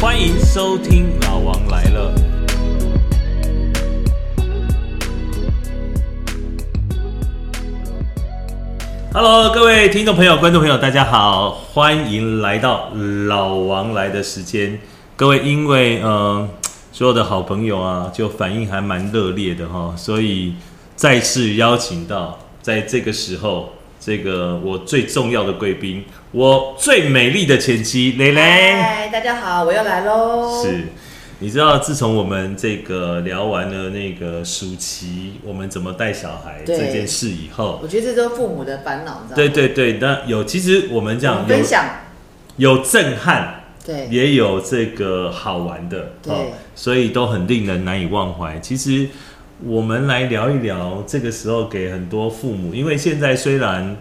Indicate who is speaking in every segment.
Speaker 1: 欢迎收听《老王来了》。Hello，各位听众朋友、观众朋友，大家好，欢迎来到老王来的时间。各位，因为呃，所有的好朋友啊，就反应还蛮热烈的哈，所以再次邀请到在这个时候，这个我最重要的贵宾，我最美丽的前妻蕾蕾。
Speaker 2: 嗨，大家好，我又来喽。
Speaker 1: 哎是，你知道自从我们这个聊完了那个暑期我们怎么带小孩
Speaker 2: 对
Speaker 1: 这件事以后，
Speaker 2: 我觉得这都是父母的烦恼，你知道吗？
Speaker 1: 对对对，那有其实我们
Speaker 2: 我
Speaker 1: 讲
Speaker 2: 们
Speaker 1: 有
Speaker 2: 分享，
Speaker 1: 有震撼，
Speaker 2: 对，
Speaker 1: 也有这个好玩的，哦
Speaker 2: 对
Speaker 1: 所以都很令人难以忘怀。其实我们来聊一聊这个时候给很多父母，因为现在虽然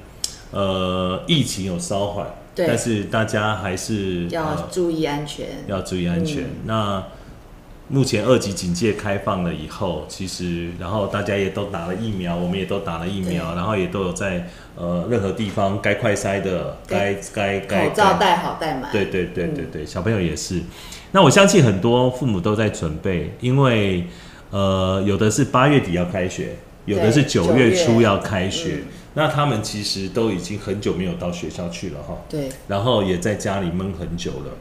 Speaker 1: 呃疫情有稍缓，
Speaker 2: 对
Speaker 1: 但是大家还是呃
Speaker 2: 要注意安全。
Speaker 1: 要注意安全。
Speaker 2: 嗯
Speaker 1: 那目前二级警戒开放了以后，其实然后大家也都打了疫苗，我们也都打了疫苗，
Speaker 2: 对
Speaker 1: 然后也都有在呃任何地方该快筛的，该
Speaker 2: 对
Speaker 1: 该该
Speaker 2: 口罩
Speaker 1: 该
Speaker 2: 戴好戴满。
Speaker 1: 对对对对
Speaker 2: 嗯
Speaker 1: 对，小朋友也是。那我相信很多父母都在准备，因为呃，有的是八月底要开学，有的
Speaker 2: 对
Speaker 1: 是九月
Speaker 2: 九月
Speaker 1: 初要开学
Speaker 2: 嗯，
Speaker 1: 那他们其实都已经很久没有到学校去了哈。
Speaker 2: 对
Speaker 1: 然后也在家里闷很久了。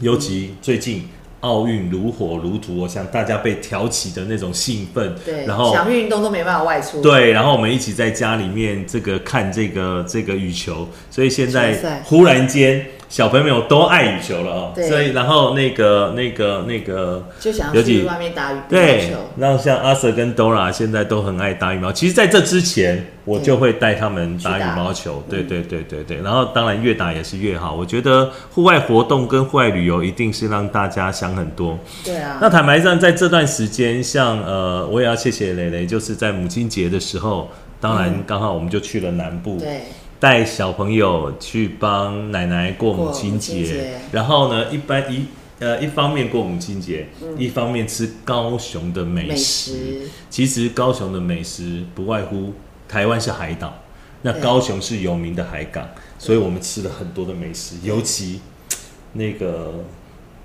Speaker 1: 尤其最近奥运如火如荼，我想大家被挑起的那种兴奋，
Speaker 2: 对，
Speaker 1: 然后
Speaker 2: 想运动都没办法外出。
Speaker 1: 对，然后我们一起在家里面这个看这个这个羽球，所以现
Speaker 2: 球
Speaker 1: 在
Speaker 2: 赛
Speaker 1: 忽然间小朋友都爱羽球了哦，
Speaker 2: 对
Speaker 1: 所以然后那个那个那个。
Speaker 2: 就想
Speaker 1: 尤
Speaker 2: 要
Speaker 1: 其
Speaker 2: 去外面打羽
Speaker 1: 对
Speaker 2: 球。，
Speaker 1: 那像阿 Sir 跟 Dora 现在都很爱打羽毛。其实，在这之前，我就会带他们打
Speaker 2: 去
Speaker 1: 羽
Speaker 2: 打
Speaker 1: 毛球。对对对对对，然后当然越打也是越好。我觉得户外活动跟户外旅游一定是让大家想很多。
Speaker 2: 对啊
Speaker 1: 那，坦白上，在这段时间，像呃，我也要谢谢蕾蕾，就是在母亲节的时候，当然刚好我们就去了南部。
Speaker 2: 对
Speaker 1: 带小朋友去帮奶奶过母亲
Speaker 2: 过母亲
Speaker 1: 节
Speaker 2: 节，
Speaker 1: 然后呢，一般一呃一方面过母亲节，一方面吃高雄的美食。
Speaker 2: 嗯美食
Speaker 1: 其实高雄的美食不外乎台湾是海岛，那
Speaker 2: 对
Speaker 1: 高雄是有名的海港，所以我们吃了很多的美食，尤其那个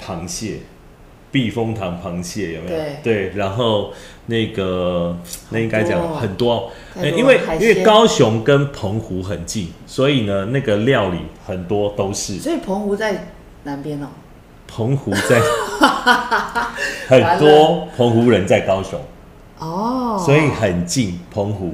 Speaker 1: 螃蟹。避风塘螃蟹有没有？对，然后那个那应该讲
Speaker 2: 多哦
Speaker 1: 很多，
Speaker 2: 太
Speaker 1: 呃
Speaker 2: 多
Speaker 1: 因为
Speaker 2: 了海
Speaker 1: 因为
Speaker 2: 鲜
Speaker 1: 高雄跟澎湖很近，所以呢，那个料理很多都是
Speaker 2: 所以澎湖在南边哦。
Speaker 1: 澎湖 在，很多澎湖人在高雄，
Speaker 2: 哦，
Speaker 1: 所以很近澎湖。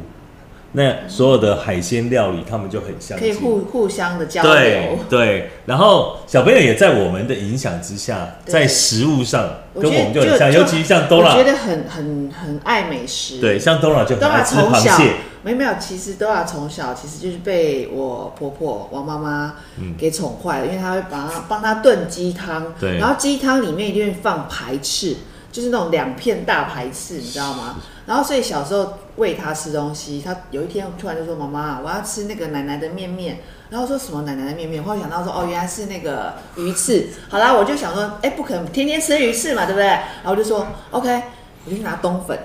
Speaker 1: 那所有的海鲜料理，他们就很相
Speaker 2: 可以
Speaker 1: 近。
Speaker 2: 互互相的交
Speaker 1: 对
Speaker 2: 流。
Speaker 1: 对，然后小朋友也在我们的影响之下，
Speaker 2: 对
Speaker 1: 在食物上
Speaker 2: 我
Speaker 1: 跟
Speaker 2: 觉得
Speaker 1: 我们就很像，尤其像
Speaker 2: 我觉
Speaker 1: Dora，
Speaker 2: 得很很很爱美食。
Speaker 1: 对，像 Dora 就很
Speaker 2: 都
Speaker 1: 爱
Speaker 2: 要
Speaker 1: 吃
Speaker 2: 从
Speaker 1: 螃
Speaker 2: 小
Speaker 1: 蟹，
Speaker 2: 没有没有，其实都要从小，其实就是被我婆婆王妈妈
Speaker 1: 嗯
Speaker 2: 给宠坏了，因为她会把她帮她炖鸡汤，
Speaker 1: 对
Speaker 2: 然后鸡汤里面一定会放排翅，就是那种两片大排翅，你知道吗？然后所以小时候喂她吃东西，她有一天突然就说：“妈妈，我要吃那个奶奶的面面。”然后说什么奶奶的面面，我后来想到说哦，原来是那个鱼翅。好啦，我就想说，哎，不可能天天吃鱼翅嘛，对不对？然后我就说 OK，我就去拿冬粉，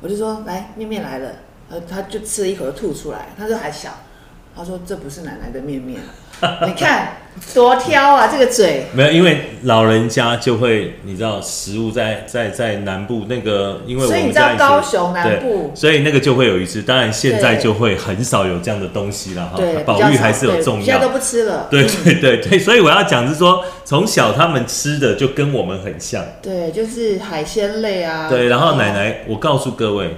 Speaker 2: 我就说来面面来了，呃，他就吃了一口就吐出来，他说还小，他说这不是奶奶的面面，啊 你看多挑啊这个嘴，
Speaker 1: 没有，因为老人家就会，你知道，食物在在在南部那个，因为我
Speaker 2: 所以
Speaker 1: 们
Speaker 2: 你知道
Speaker 1: 家以前
Speaker 2: 高雄南
Speaker 1: 对
Speaker 2: 部
Speaker 1: 所以那个就会有鱼吃。当然现在
Speaker 2: 对
Speaker 1: 就会很少有这样的东西了哈
Speaker 2: 对，，
Speaker 1: 保
Speaker 2: 比较
Speaker 1: 育
Speaker 2: 少
Speaker 1: 还是有
Speaker 2: 对
Speaker 1: 重
Speaker 2: 现在都
Speaker 1: 要。
Speaker 2: 不吃了，
Speaker 1: 对对对对，所以我要讲是说，从小他们吃的就跟我们很像。
Speaker 2: 对，就是海鲜类啊，
Speaker 1: 对，然后奶奶，我告诉各位，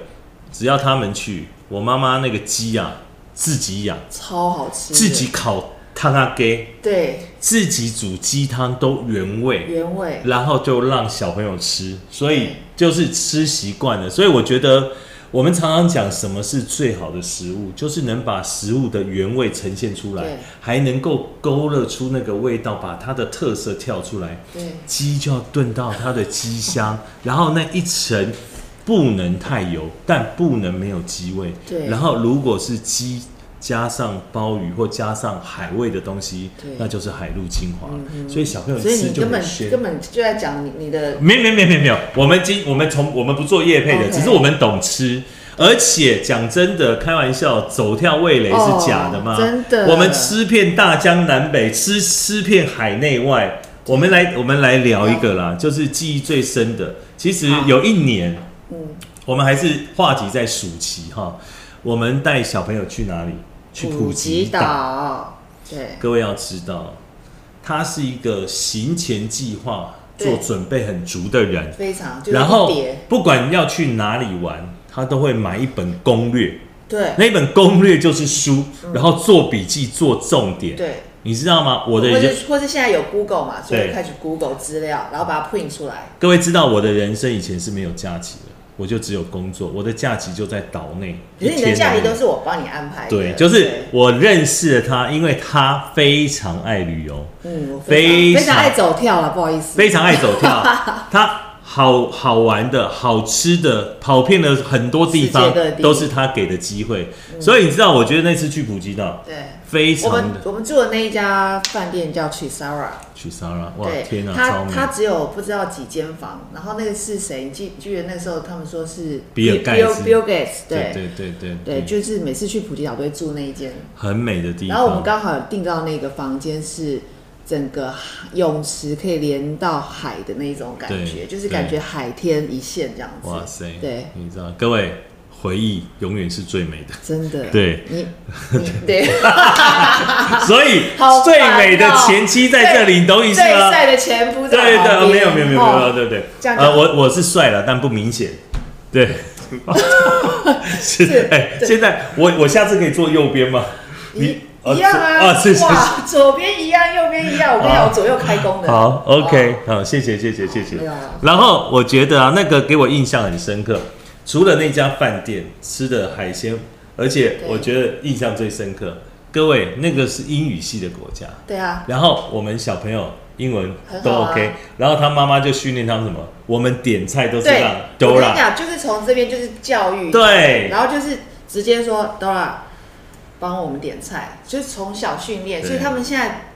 Speaker 1: 只要他们去，我妈妈那个鸡啊，自己养，
Speaker 2: 超好吃的，
Speaker 1: 自己烤汤啊给，
Speaker 2: 对
Speaker 1: 自己煮鸡汤都原味。
Speaker 2: 原味，
Speaker 1: 然后就让小朋友吃，所以就是吃习惯了。所以我觉得我们常常讲什么是最好的食物，就是能把食物的原味呈现出来
Speaker 2: 对，
Speaker 1: 还能够勾勒出那个味道，把它的特色跳出来。
Speaker 2: 对
Speaker 1: 鸡就要炖到它的鸡香，然后那一层不能太油，但不能没有鸡味。
Speaker 2: 对
Speaker 1: 然后如果是鸡加上鲍鱼或加上海味的东西
Speaker 2: 对，嗯
Speaker 1: 那就是海陆精华。所以小朋友
Speaker 2: 所以
Speaker 1: 吃
Speaker 2: 你
Speaker 1: 就
Speaker 2: 根
Speaker 1: 很
Speaker 2: 本
Speaker 1: 鲜。
Speaker 2: 根本就在讲你你的
Speaker 1: 没有没有没有没有没有，我们今我们从我们不做业配的，
Speaker 2: OK
Speaker 1: 只是我们懂吃。而且讲真的，开玩笑，走跳味蕾是假的吗？
Speaker 2: 哦真的
Speaker 1: 我们吃遍大江南北，吃吃遍海内外。我们来我们来聊一个啦，就是记忆最深的。其实
Speaker 2: 好
Speaker 1: 有一年，
Speaker 2: 嗯，
Speaker 1: 我们还是话题在暑期哈，我们带小朋友去哪里？去普吉岛。
Speaker 2: 岛，对，
Speaker 1: 各位要知道，他是一个行前计划做
Speaker 2: 对
Speaker 1: 准备很足的人，
Speaker 2: 非常就是
Speaker 1: 然后
Speaker 2: 一叠
Speaker 1: 不管要去哪里玩，他都会买一本攻略，
Speaker 2: 对
Speaker 1: 那本攻略就是书，然后做笔记做重点。
Speaker 2: 嗯对，
Speaker 1: 你知道吗？我的
Speaker 2: 或
Speaker 1: 人
Speaker 2: 者或者现在有 Google 嘛，所以
Speaker 1: 对
Speaker 2: 就开始 Google 资料，然后把它 print 出来，
Speaker 1: 各位知道我的人生以前是没有假期的，我就只有工作，我的假期就在岛内。
Speaker 2: 可是你
Speaker 1: 一
Speaker 2: 的
Speaker 1: 天
Speaker 2: 假
Speaker 1: 而
Speaker 2: 期
Speaker 1: 已
Speaker 2: 都是我帮你安排的，
Speaker 1: 对，就是
Speaker 2: 对
Speaker 1: 我认识了他，因为他非常爱旅游，
Speaker 2: 嗯，我
Speaker 1: 非
Speaker 2: 非
Speaker 1: 常
Speaker 2: 常非常爱走跳啊了，不好意思，
Speaker 1: 非常爱走 跳，他好好玩的好吃的，跑遍了很多地
Speaker 2: 世
Speaker 1: 方
Speaker 2: 界各，地
Speaker 1: 都是他给的机会。所以你知道，我觉得那次去普吉岛
Speaker 2: 对。
Speaker 1: 非
Speaker 2: 我
Speaker 1: 常
Speaker 2: 们
Speaker 1: 的
Speaker 2: 我们住的那一家饭店叫 Chisara，
Speaker 1: 去 s a r a 哇，
Speaker 2: 对
Speaker 1: 天，哪，超
Speaker 2: 它
Speaker 1: 美！
Speaker 2: 它只有不知道几间房，然后那个是谁？你记记得那时候他们说是
Speaker 1: 比尔
Speaker 2: Bill-
Speaker 1: 盖茨
Speaker 2: Bill Gates，对
Speaker 1: 对对对
Speaker 2: 对，就是每次去普吉岛都会住那一间，
Speaker 1: 很美的地
Speaker 2: 然后我们
Speaker 1: 方。
Speaker 2: 刚好订到那个房间是整个泳池可以连到海的那种感
Speaker 1: 对
Speaker 2: 觉，就是感觉海天一线这样子。
Speaker 1: 哇塞，
Speaker 2: 对，
Speaker 1: 你知道，各位回忆永远是最美的。
Speaker 2: 真的。
Speaker 1: 对
Speaker 2: 你 你对
Speaker 1: 所以
Speaker 2: 好烦哦
Speaker 1: 最美的前妻在这里，你懂意
Speaker 2: 最
Speaker 1: 思吗？
Speaker 2: 帅的前夫在
Speaker 1: 对
Speaker 2: 旁
Speaker 1: 的，
Speaker 2: 边
Speaker 1: 没有没有没有没有，
Speaker 2: 哦
Speaker 1: 对对。
Speaker 2: 这样就
Speaker 1: 呃，我我是帅了，但不明显。 对，是
Speaker 2: 是
Speaker 1: 哎，
Speaker 2: 对
Speaker 1: 现在我我下次可以坐右边吗？
Speaker 2: 一
Speaker 1: 哦
Speaker 2: 一样啊，
Speaker 1: 哦是是是。
Speaker 2: 哇，左边一样，右边一样，我跟你讲，我左右开工的。
Speaker 1: 好，OK，
Speaker 2: 哦
Speaker 1: 好，谢谢，谢谢，谢谢
Speaker 2: 没有啊。
Speaker 1: 然后我觉得啊，那个给我印象很深刻，除了那家饭店吃的海鲜，而且
Speaker 2: 对
Speaker 1: 我觉得印象最深刻，各位那个是英语系的国家，
Speaker 2: 对啊，
Speaker 1: 然后我们小朋友英文都
Speaker 2: 很好啊
Speaker 1: OK，、然后他妈妈就训练他们什么，我们点菜都是
Speaker 2: 对
Speaker 1: 让，
Speaker 2: 我跟你
Speaker 1: Dora，
Speaker 2: 讲，就是从这边就是教育，
Speaker 1: 对
Speaker 2: 然后就是直接说 Dora 帮我们点菜，就是从小训练，
Speaker 1: 对
Speaker 2: 所以他们现在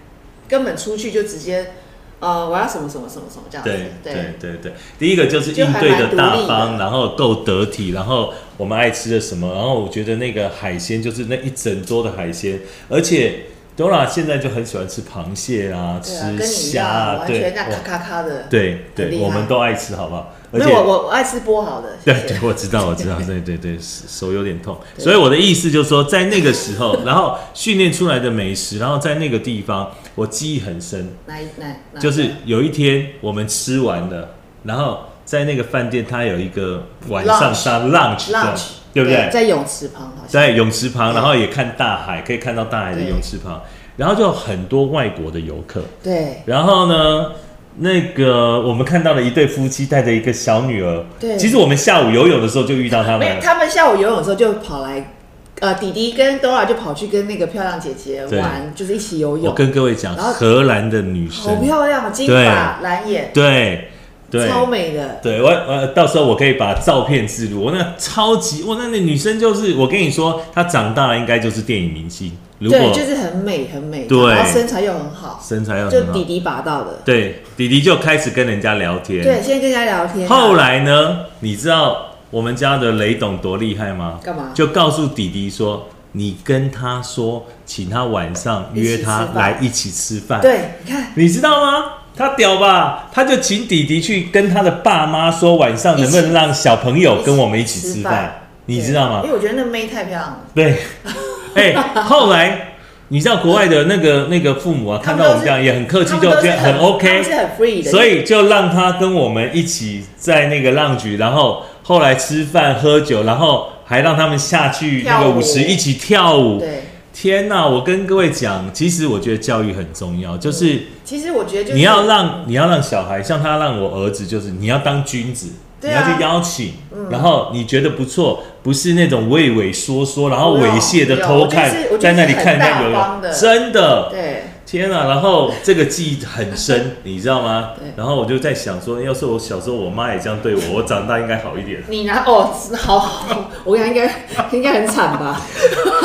Speaker 2: 根本出去就直接，呃，我要什么什么什么什么这样子，
Speaker 1: 对对对对，第一个就是
Speaker 2: 就
Speaker 1: 应
Speaker 2: 还
Speaker 1: 对
Speaker 2: 蛮
Speaker 1: 的
Speaker 2: 独
Speaker 1: 大
Speaker 2: 立的
Speaker 1: 方，然后够得体，然后我们爱吃的什么，然后我觉得那个海鲜就是那一整桌的海鲜，而且 Dora 现在就很喜欢吃螃蟹啊，
Speaker 2: 对啊，
Speaker 1: 吃
Speaker 2: 跟你一
Speaker 1: 虾
Speaker 2: 样，
Speaker 1: 啊，
Speaker 2: 完
Speaker 1: 对
Speaker 2: 全这样咔咔咔的，，
Speaker 1: 对
Speaker 2: 很
Speaker 1: 对，
Speaker 2: 厉害
Speaker 1: 我们都爱吃，好不好？而
Speaker 2: 没
Speaker 1: 且
Speaker 2: 有我我我爱吃剥好的，
Speaker 1: 对
Speaker 2: 谢谢
Speaker 1: 对，我知道，我知道，对对对，手有点痛，所以我的意思就是说，在那个时候，然后训练出来的美食，然后在那个地方，我记忆很深，
Speaker 2: 哪一哪哪
Speaker 1: 就是有一天我们吃完了，然后在那个饭店，它有一个晚上
Speaker 2: Lunch
Speaker 1: 它 lunch 这样
Speaker 2: lunch
Speaker 1: 对不对？
Speaker 2: 在泳池旁好像，
Speaker 1: 在泳池旁，
Speaker 2: 对
Speaker 1: 然后也看大海，可以看到大海的
Speaker 2: 对
Speaker 1: 泳池旁，然后就有很多外国的游客，
Speaker 2: 对
Speaker 1: 然后呢，那个我们看到了一对夫妻带着一个小女儿。
Speaker 2: 对
Speaker 1: 其实我们下午游泳的时候就遇到他
Speaker 2: 没
Speaker 1: 们
Speaker 2: 有，
Speaker 1: 了。
Speaker 2: 他们下午游泳的时候就跑来，呃，弟弟跟 Dora 就跑去跟那个漂亮姐姐
Speaker 1: 对
Speaker 2: 玩，就是一起游
Speaker 1: 我
Speaker 2: 泳，
Speaker 1: 跟各位讲，
Speaker 2: 然后
Speaker 1: 荷兰的女
Speaker 2: 好
Speaker 1: 生，
Speaker 2: 漂亮，金发蓝眼，
Speaker 1: 对对
Speaker 2: 超美的，
Speaker 1: 对，我呃，到时候我可以把照片记录。我那超级，我那那女生就是，我跟你说，她长大了应该就是电影明星。如
Speaker 2: 对，
Speaker 1: 果
Speaker 2: 就是很美很美，
Speaker 1: 对
Speaker 2: 然后身材又很好，
Speaker 1: 身材要
Speaker 2: 就
Speaker 1: 很好
Speaker 2: 弟，弟拔到的，
Speaker 1: 对，弟弟就开始跟人家聊天。
Speaker 2: 对，现在跟人家聊天啊，
Speaker 1: 后来呢，你知道我们家的雷董多厉害吗？
Speaker 2: 干嘛
Speaker 1: 就告诉弟弟说，你跟他说，请他晚上约他
Speaker 2: 一起吃饭
Speaker 1: 来一起吃饭。，
Speaker 2: 对，你看
Speaker 1: 你知道吗？他屌吧，他就请弟弟去跟他的爸妈说，晚上能不能让小朋友跟我们一起吃
Speaker 2: 一起吃饭
Speaker 1: 饭？你知道吗
Speaker 2: 因？为我觉得那妹太漂亮了，
Speaker 1: 对， 哎、后来你知道国外的那个那个父母啊，看到我们这样也很客气，
Speaker 2: 他
Speaker 1: 就
Speaker 2: 们都
Speaker 1: 这
Speaker 2: 是
Speaker 1: 样很 OK，
Speaker 2: 他们是很 free 的，
Speaker 1: 所以就让他跟我们一起在那个浪局，然后后来吃饭喝酒，然后还让他们下去那个舞池
Speaker 2: 跳舞
Speaker 1: 一起跳舞。
Speaker 2: 对，
Speaker 1: 天呐，我跟各位讲，其实我觉得教育很重要，就是
Speaker 2: 其实我觉得就是
Speaker 1: 你要让你要让小孩，像他让我儿子，就是你要当君子。你
Speaker 2: 对
Speaker 1: 要
Speaker 2: 啊
Speaker 1: 去邀请，然后你觉得不错，不是那种畏畏缩缩，然后
Speaker 2: 不
Speaker 1: 猥
Speaker 2: 用
Speaker 1: 亵的
Speaker 2: 不用
Speaker 1: 偷
Speaker 2: 我觉得
Speaker 1: 看
Speaker 2: 是我，觉
Speaker 1: 在
Speaker 2: 得
Speaker 1: 那里
Speaker 2: 是很
Speaker 1: 看人家
Speaker 2: 大
Speaker 1: 游
Speaker 2: 方
Speaker 1: 泳，
Speaker 2: 的
Speaker 1: 真的，
Speaker 2: 对
Speaker 1: 天啊！然后这个记忆很 深，你知道吗
Speaker 2: 对？
Speaker 1: 然后我就在想说，要是我小时候我妈也这样对我，我长大应该好一点。
Speaker 2: 你拿哦，好好， 我跟你讲应该应该很惨吧？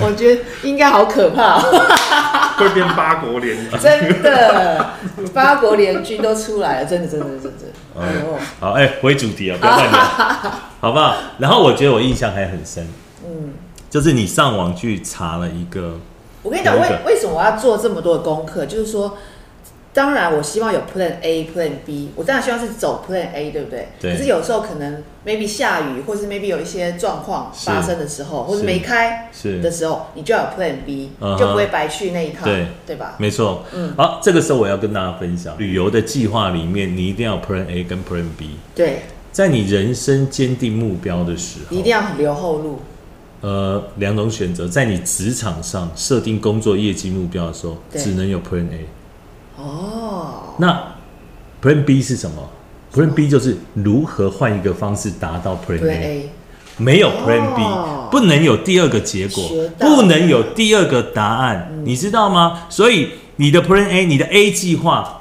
Speaker 2: 我觉得应该好可怕、哦，
Speaker 3: 会变八国联军。
Speaker 2: 真的，八国联军都出来了，真的，真的，真的，真的哎呦，
Speaker 1: 好，哎、回主题啊，不要乱 聊，好不好？然后我觉得我印象还很深，
Speaker 2: 嗯
Speaker 1: 就是你上网去查了一个，
Speaker 2: 我跟你讲，
Speaker 1: 有一
Speaker 2: 为
Speaker 1: 个
Speaker 2: 为什么我要做这么多的功课？就是说，当然，我希望有 Plan A、Plan B，我当然希望是走 Plan A，对不对？
Speaker 1: 对
Speaker 2: 可是有时候可能 maybe 下雨，或是 maybe 有一些状况
Speaker 1: 是
Speaker 2: 发生的时候，或
Speaker 1: 是
Speaker 2: 是没开
Speaker 1: 是
Speaker 2: 的时候，你就要有 Plan B，、
Speaker 1: 嗯哼
Speaker 2: 就不会白去那一趟，
Speaker 1: 对
Speaker 2: 吧？
Speaker 1: 没错，嗯，好，这个时候我要跟大家分享，旅游的计划里面，你一定要有 Plan A 跟 Plan B，
Speaker 2: 对，
Speaker 1: 在你人生坚定目标的时候，
Speaker 2: 一定要留后路。
Speaker 1: 呃两种选择，在你职场上设定工作业绩目标的时候，
Speaker 2: 对
Speaker 1: 只能有 Plan A。
Speaker 2: 哦，
Speaker 1: 那 Plan B 是什么？Plan B 就是如何换一个方式达到 Plan
Speaker 2: Plan
Speaker 1: A，
Speaker 2: A，
Speaker 1: 没有 Plan B，、
Speaker 2: 哦
Speaker 1: 不能有第二个结果
Speaker 2: 学，到了嗯
Speaker 1: 不能有第二个答案，你知道吗？所以你的 Plan A，你的 A 计划，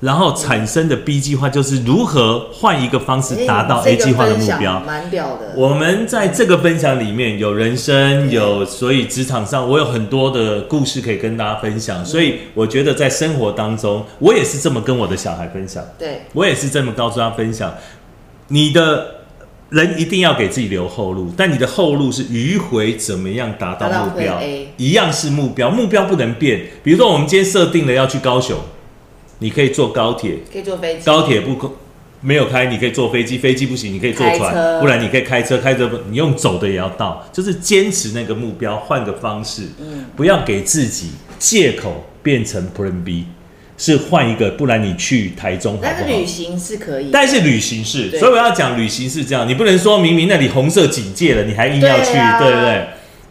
Speaker 1: 然后产生的 B 计划就是如何换一个方式达到
Speaker 2: 哎
Speaker 1: A
Speaker 2: 你这个
Speaker 1: 计划的目
Speaker 2: 分
Speaker 1: 标
Speaker 2: 享。蛮屌的。
Speaker 1: 我们在这个分享里面有人生，
Speaker 2: 嗯
Speaker 1: 有所以职场上我有很多的故事可以跟大家分享，所以我觉得在生活当中，我也是这么跟我的小孩分享，
Speaker 2: 对，
Speaker 1: 我也是这么告诉他分享，你的人一定要给自己留后路，但你的后路是迂回怎么样达到
Speaker 2: 达到
Speaker 1: 目标
Speaker 2: Plan A，
Speaker 1: 一样是目标，目标不能变。比如说我们今天设定了要去高雄，你可以坐高铁，
Speaker 2: 可以坐飞机，
Speaker 1: 高铁不空没有开，你可以坐飞机；飞机不行，你可以坐
Speaker 2: 开
Speaker 1: 船，
Speaker 2: 车
Speaker 1: 不然你可以开车。开车不你用走的也要到，就是坚持那个目标，换个方式，
Speaker 2: 嗯
Speaker 1: 不要给自己借口变成 Plan B，是换一个，不然你去台中好不
Speaker 2: 但是旅
Speaker 1: 好？
Speaker 2: 行是可以的，
Speaker 1: 但是旅行是，
Speaker 2: 对
Speaker 1: 所以我要讲旅行是这样，你不能说明明那里红色警戒了，你还硬要去，
Speaker 2: 对啊
Speaker 1: 对不对？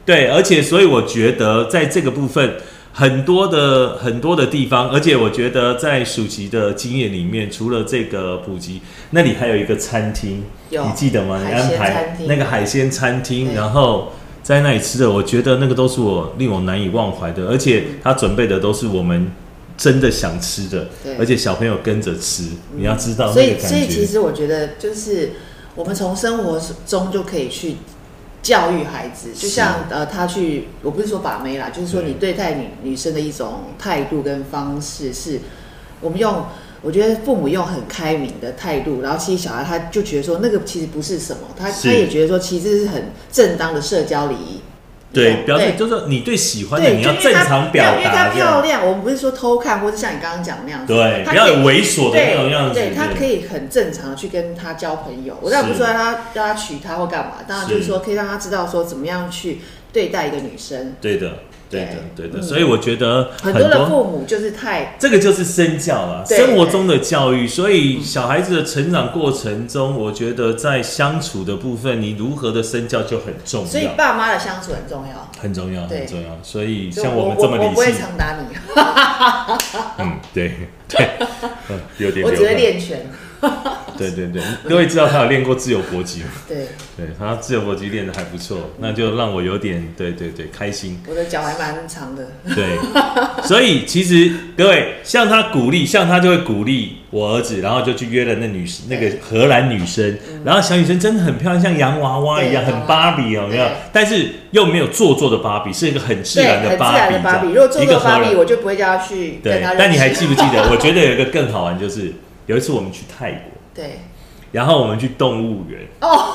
Speaker 1: 对，而且所以我觉得在这个部分很多的很多的地方，而且我觉得在暑期的经验里面，除了这个普及，那里还有一个餐厅，
Speaker 2: 有
Speaker 1: 你记得吗？你
Speaker 2: 海鲜
Speaker 1: 安排
Speaker 2: 餐厅
Speaker 1: 那个海鲜餐厅，
Speaker 2: 对
Speaker 1: 然后。在那里吃的，我觉得那个都是我令我难以忘怀的，而且他准备的都是我们真的想吃的
Speaker 2: 对，
Speaker 1: 而且小朋友跟着吃，你要知道
Speaker 2: 所
Speaker 1: 那个感
Speaker 2: 以，
Speaker 1: 觉。
Speaker 2: 所以其实我觉得，就是我们从生活中就可以去教育孩子，就像呃，他去，我不是说把妹啦，就是说
Speaker 1: 对
Speaker 2: 你对待女女生的一种态度跟方式是，我们用。我觉得父母用很开明的态度，然后其实小孩他就觉得说那个其实不是什么，他
Speaker 1: 是
Speaker 2: 他也觉得说其实是很正当的社交礼仪。
Speaker 1: 对，
Speaker 2: 对
Speaker 1: 表示就是说你对喜欢的
Speaker 2: 对，
Speaker 1: 你要
Speaker 2: 就因
Speaker 1: 正
Speaker 2: 为她
Speaker 1: 常表
Speaker 2: 因为她
Speaker 1: 达，这
Speaker 2: 漂
Speaker 1: 样
Speaker 2: 亮，我们不是说偷看，或是像你刚刚讲那样子，
Speaker 1: 对，
Speaker 2: 她
Speaker 1: 不要
Speaker 2: 可以
Speaker 1: 有猥琐的那种样子。
Speaker 2: 对，他可
Speaker 1: 以，
Speaker 2: 以很正常的去跟他交朋友。我倒不
Speaker 1: 是
Speaker 2: 是说让他让他娶她或干嘛，当然就是
Speaker 1: 是
Speaker 2: 说可以让他知道说怎么样去对待一个女生。
Speaker 1: 对的，对的，对
Speaker 2: 对
Speaker 1: 的。
Speaker 2: 嗯
Speaker 1: 所以我觉得
Speaker 2: 很多的父母就是太
Speaker 1: 这个就是身教啦，
Speaker 2: 对
Speaker 1: 生活中的教育。所以小孩子的成长过程中，我觉得在相处的部分，你如何的身教就很重
Speaker 2: 所以
Speaker 1: 要，
Speaker 2: 爸妈的相处很重要。
Speaker 1: 很重要，
Speaker 2: 对
Speaker 1: 很重要。所以
Speaker 2: 就
Speaker 1: 像我
Speaker 2: 我
Speaker 1: 们这么
Speaker 2: 我我不
Speaker 1: 理
Speaker 2: 会
Speaker 1: 性，
Speaker 2: 常打你，
Speaker 1: 嗯， 对对，嗯，有点
Speaker 2: 我只
Speaker 1: 流
Speaker 2: 会
Speaker 1: 汗。
Speaker 2: 练拳。
Speaker 1: 对对对，各位知道他有练过自由搏击吗？
Speaker 2: 对，
Speaker 1: 对他自由搏击练的还不错，那就让我有点对对对开心。
Speaker 2: 我的脚还蛮长的。
Speaker 1: 对，所以其实各位像他鼓励，像他就会鼓励我儿子，然后就去约了那女那个荷兰女生，然后小女生真的很漂亮，像洋娃娃一样，
Speaker 2: 嗯对
Speaker 1: 很芭比哦有没有
Speaker 2: 对？
Speaker 1: 但是又没有做作的芭比，是一个很自
Speaker 2: 对，
Speaker 1: 然的
Speaker 2: 很自然的芭
Speaker 1: 芭比
Speaker 2: 比。
Speaker 1: 这样，
Speaker 2: 如果做
Speaker 1: 一个
Speaker 2: 做
Speaker 1: 荷
Speaker 2: 芭
Speaker 1: 兰
Speaker 2: 比，我就不会叫他去跟
Speaker 1: 对
Speaker 2: 他。认识。
Speaker 1: 但你还记不记得？我觉得有一个更好玩，就是有一次我们去泰国，
Speaker 2: 对
Speaker 1: 然后我们去动物园。
Speaker 2: 哦，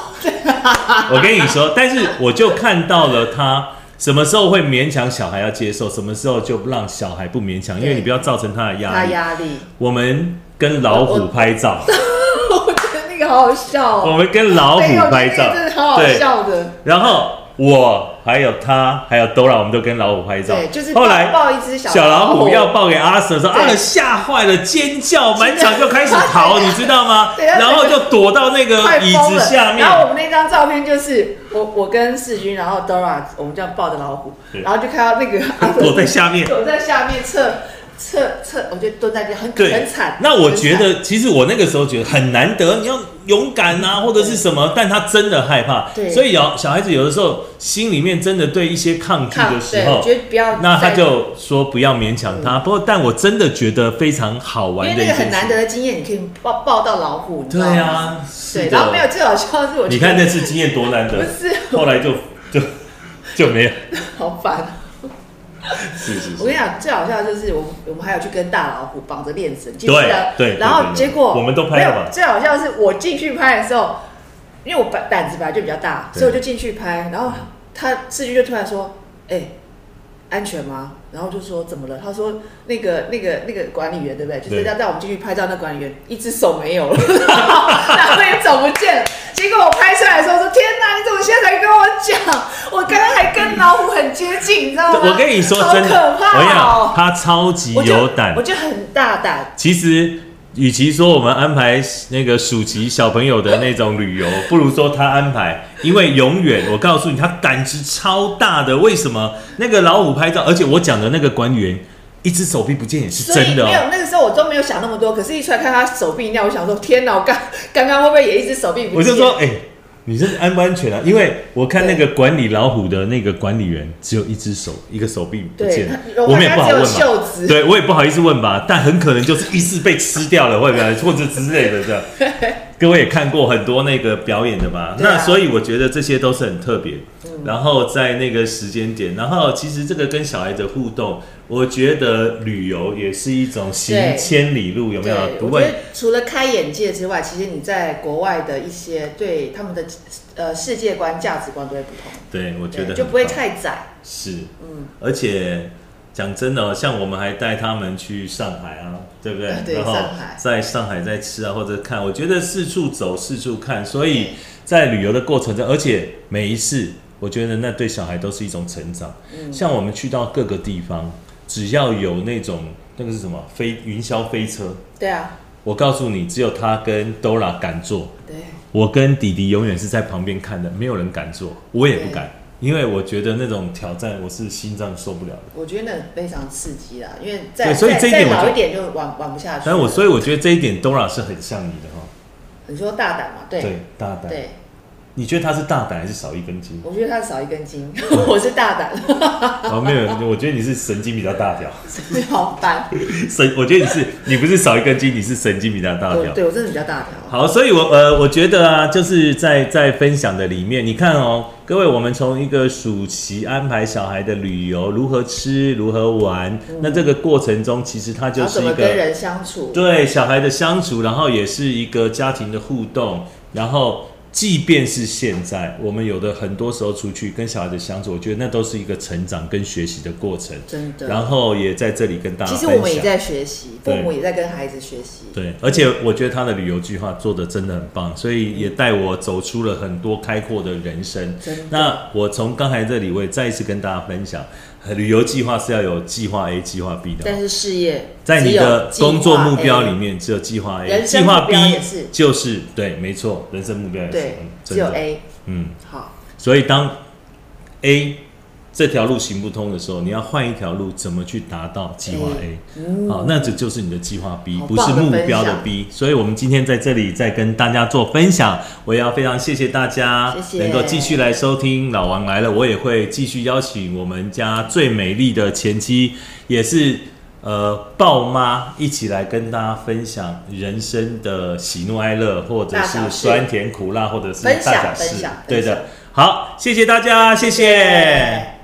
Speaker 1: 我跟你说，但是我就看到了他什么时候会勉强小孩要接受，什么时候就让小孩不勉强，因为
Speaker 2: 对
Speaker 1: 你不要造成他的压
Speaker 2: 他
Speaker 1: 力。
Speaker 2: 压力，
Speaker 1: 我们跟老虎拍照，
Speaker 2: 我觉得那个好好笑
Speaker 1: 我
Speaker 2: 哦。
Speaker 1: 们跟老虎
Speaker 2: 没有
Speaker 1: 拍
Speaker 2: 那
Speaker 1: 照
Speaker 2: 个真的好，好
Speaker 1: 对，
Speaker 2: 笑的。
Speaker 1: 然后。我还有他，还有 Dora，我们都跟老虎拍照。
Speaker 2: 对，就是
Speaker 1: 后来
Speaker 2: 抱抱一只小
Speaker 1: 小老虎要
Speaker 2: 抱，
Speaker 1: 抱给阿蛇的时候，
Speaker 2: 对
Speaker 1: 阿蛇吓坏了，尖叫，满场就开始 逃，你知道吗？
Speaker 2: 对他
Speaker 1: 然后
Speaker 2: 整个
Speaker 1: 就躲到那个
Speaker 2: 快
Speaker 1: 椅
Speaker 2: 疯
Speaker 1: 子
Speaker 2: 了
Speaker 1: 下面。
Speaker 2: 然后我们那张照片就是我我跟世军，然后 Dora，我们这样抱着老虎，
Speaker 1: 对
Speaker 2: 然后就看 到那个阿德
Speaker 1: 躲在下面
Speaker 2: 躲在下面侧侧侧，我觉得蹲在那边很
Speaker 1: 对，
Speaker 2: 很惨。
Speaker 1: 那我
Speaker 2: 很
Speaker 1: 觉
Speaker 2: 惨
Speaker 1: 得，其实我那个时候觉得很难得，你要勇敢啊，或者是什么，但他真的害怕。
Speaker 2: 嗯对
Speaker 1: 所以有小孩子有的时候心里面真的对一些抗拒
Speaker 2: 看
Speaker 1: 的时
Speaker 2: 对
Speaker 1: 候，
Speaker 2: 觉得不要，
Speaker 1: 那他。就说不要勉强他。不过，但我真的觉得非常好
Speaker 2: 因
Speaker 1: 玩
Speaker 2: 为
Speaker 1: 的一
Speaker 2: 那个
Speaker 1: 件
Speaker 2: 很难
Speaker 1: 事。
Speaker 2: 得的经验，你可以抱抱到老虎，你知
Speaker 1: 对
Speaker 2: 道吗？
Speaker 1: 啊，是
Speaker 2: 对，然后没有
Speaker 1: 的。
Speaker 2: 最好笑的是我，
Speaker 1: 你看那次经验多难得
Speaker 2: 不，是
Speaker 1: 后来就就就没有。
Speaker 2: 好烦。哦
Speaker 1: 是是
Speaker 2: 我跟你讲，最好笑的就是我们我们还有去跟大老虎绑着链子，你记不
Speaker 1: 对
Speaker 2: 记得？
Speaker 1: 对对
Speaker 2: 然后
Speaker 1: 对对
Speaker 2: 结果
Speaker 1: 我们都拍了吧
Speaker 2: 没有最好笑的是我进去拍的时候，因为我本胆子本来就比较大，
Speaker 1: 对
Speaker 2: 所以我就进去拍。然后他世居就突然说：“哎、安全吗？然后就说怎么了？他说那个那个那个管理员对不对？就
Speaker 1: 对
Speaker 2: 是要带我们进去拍照，那管理员一只手没有了， 然后也走不见了。结果我拍下来的时候说：“天哪，你怎么现在才跟我讲？我刚刚还跟老虎很接近，你知道吗？”
Speaker 1: 我跟你说
Speaker 2: 好
Speaker 1: 真的，
Speaker 2: 可
Speaker 1: 我跟你
Speaker 2: 怕
Speaker 1: 讲，
Speaker 2: 哦！
Speaker 1: 他超级
Speaker 2: 我就
Speaker 1: 有胆
Speaker 2: 我，就很大胆，
Speaker 1: 其实，与其说我们安排那个暑期小朋友的那种旅游，不如说他安排，因为永远我告诉你，他胆子超大的。为什么？那个老虎拍照，而且我讲的那个管理员，一只手臂不见也是
Speaker 2: 所以
Speaker 1: 真的、
Speaker 2: 没有
Speaker 1: 哦。
Speaker 2: 那个时候我都没有想那么多。可是，一出来看他手臂那样，我想说：“天哪，我刚 刚刚会不会也一只手臂不
Speaker 1: 我
Speaker 2: 见？”
Speaker 1: 就说，哎、你这安不安全啊？因为我看那个管理老虎的那个管理员，只有一只手，一个手臂不见了
Speaker 2: 对，他
Speaker 1: 我们也不好问
Speaker 2: 我看他只有袖
Speaker 1: 嘛，
Speaker 2: 子
Speaker 1: 对我也不好意思问吧，但很可能就是一次被吃掉了，会不会或者之类的这样。 各位也看过很多那个表演的吧？
Speaker 2: 对啊嗯
Speaker 1: 那所以我觉得这些都是很特别。然后在那个时间点，然后其实这个跟小孩的互动，我觉得旅游也是一种行
Speaker 2: 对
Speaker 1: 千里路，有没
Speaker 2: 对，
Speaker 1: 有？
Speaker 2: 我
Speaker 1: 不
Speaker 2: 觉
Speaker 1: 会
Speaker 2: 得除了开眼界之外，其实你在国外的一些对他们的呃世界观、价值观都会不同，
Speaker 1: 对，我觉得
Speaker 2: 对，就
Speaker 1: 很
Speaker 2: 不会
Speaker 1: 棒
Speaker 2: 太窄。
Speaker 1: 是，
Speaker 2: 嗯
Speaker 1: 而且讲真的哦，像我们还带他们去上海啊，对不对？
Speaker 2: 啊对
Speaker 1: 然后
Speaker 2: 上海
Speaker 1: 在上海在吃啊，或者看，我觉得四处走，四处看，所以在旅游的过程中，而且每一次，我觉得那对小孩都是一种成长。
Speaker 2: 嗯
Speaker 1: 像我们去到各个地方，只要有那种那个是什么飞云霄飞车，
Speaker 2: 对啊，
Speaker 1: 我告诉你，只有他跟 Dora 敢坐。
Speaker 2: 对，
Speaker 1: 我跟弟弟永远是在旁边看的，没有人敢做，我也不敢，因为我觉得那种挑战我是心脏受不了的。
Speaker 2: 我觉得那非常刺激啦，因为再
Speaker 1: 对所以
Speaker 2: 再
Speaker 1: 这一点
Speaker 2: 再
Speaker 1: 我
Speaker 2: 老
Speaker 1: 就
Speaker 2: 一点就玩玩不下去了。
Speaker 1: 但我所以我觉得这一点 Dora 是很像你的哈、
Speaker 2: 你说大胆嘛，
Speaker 1: 对
Speaker 2: 对，
Speaker 1: 大胆。
Speaker 2: 对，？
Speaker 1: 你觉得他是大胆还是少一根筋
Speaker 2: 我觉得他少一根筋， 我是大胆，
Speaker 1: 哦，没有，我觉得你是神经比较大条，
Speaker 2: 好烦。
Speaker 1: 神，我觉得你是你不是少一根筋，你是神经比较大条
Speaker 2: 我。对我真的比较大条。
Speaker 1: 好，所以我，呃，我觉得啊，就是在在分享的里面，你看哦，各位，我们从一个暑期安排小孩的旅游，如何吃，如何玩，
Speaker 2: 嗯
Speaker 1: 那这个过程中，其实它就
Speaker 2: 然后
Speaker 1: 是
Speaker 2: 怎
Speaker 1: 一
Speaker 2: 么
Speaker 1: 个
Speaker 2: 跟人相处？
Speaker 1: 对小孩的相处，然后也是一个家庭的互动，然后即便是现在，我们有的很多时候出去跟小孩的相处，我觉得那都是一个成长跟学习的过程。
Speaker 2: 真的。
Speaker 1: 然后也在这里跟大家
Speaker 2: 其
Speaker 1: 啊分
Speaker 2: 实
Speaker 1: 享。
Speaker 2: 我们也在学习，父
Speaker 1: 对
Speaker 2: 母也在跟孩子学习。
Speaker 1: 对，而且我觉得他的旅游计划做的真的很棒，所以也带我走出了很多开阔的人生
Speaker 2: 真的。
Speaker 1: 那我从刚才这里，我也再一次跟大家分享，呃旅游计划是要有计划 A、计划 B 的。
Speaker 2: 但是事业
Speaker 1: 在你的
Speaker 2: 只有计划
Speaker 1: 工作目标
Speaker 2: A
Speaker 1: 里面，只有计划 A，
Speaker 2: 人
Speaker 1: 计
Speaker 2: 生
Speaker 1: 划
Speaker 2: 目
Speaker 1: B
Speaker 2: 标也是
Speaker 1: 就是对，没错，人生目标也是
Speaker 2: 对
Speaker 1: 嗯，
Speaker 2: 只
Speaker 1: 真
Speaker 2: 有
Speaker 1: 的，
Speaker 2: A。
Speaker 1: 嗯，
Speaker 2: 好，
Speaker 1: 所以当 A 这条路行不通的时候，你要换一条路，怎么去达到计划 A？好，那这就是你的计划 B，
Speaker 2: 哎哦好
Speaker 1: 不是
Speaker 2: 棒的
Speaker 1: 目
Speaker 2: 分
Speaker 1: 标的
Speaker 2: 享
Speaker 1: B。所以我们今天在这里再跟大家做分享，我也要非常谢谢大家
Speaker 2: 谢谢
Speaker 1: 能够继续来收听《老王来了》，我也会继续邀请我们家最美丽的前妻，也是。呃，豹妈一起来跟大家分享人生的喜怒哀乐，或者
Speaker 2: 大
Speaker 1: 是
Speaker 2: 小事
Speaker 1: 酸甜苦辣，或者是
Speaker 2: 分享
Speaker 1: 大小
Speaker 2: 分
Speaker 1: 事
Speaker 2: 享，
Speaker 1: 对
Speaker 2: 分
Speaker 1: 的
Speaker 2: 享。
Speaker 1: 好，谢谢大家，谢谢。
Speaker 2: 谢谢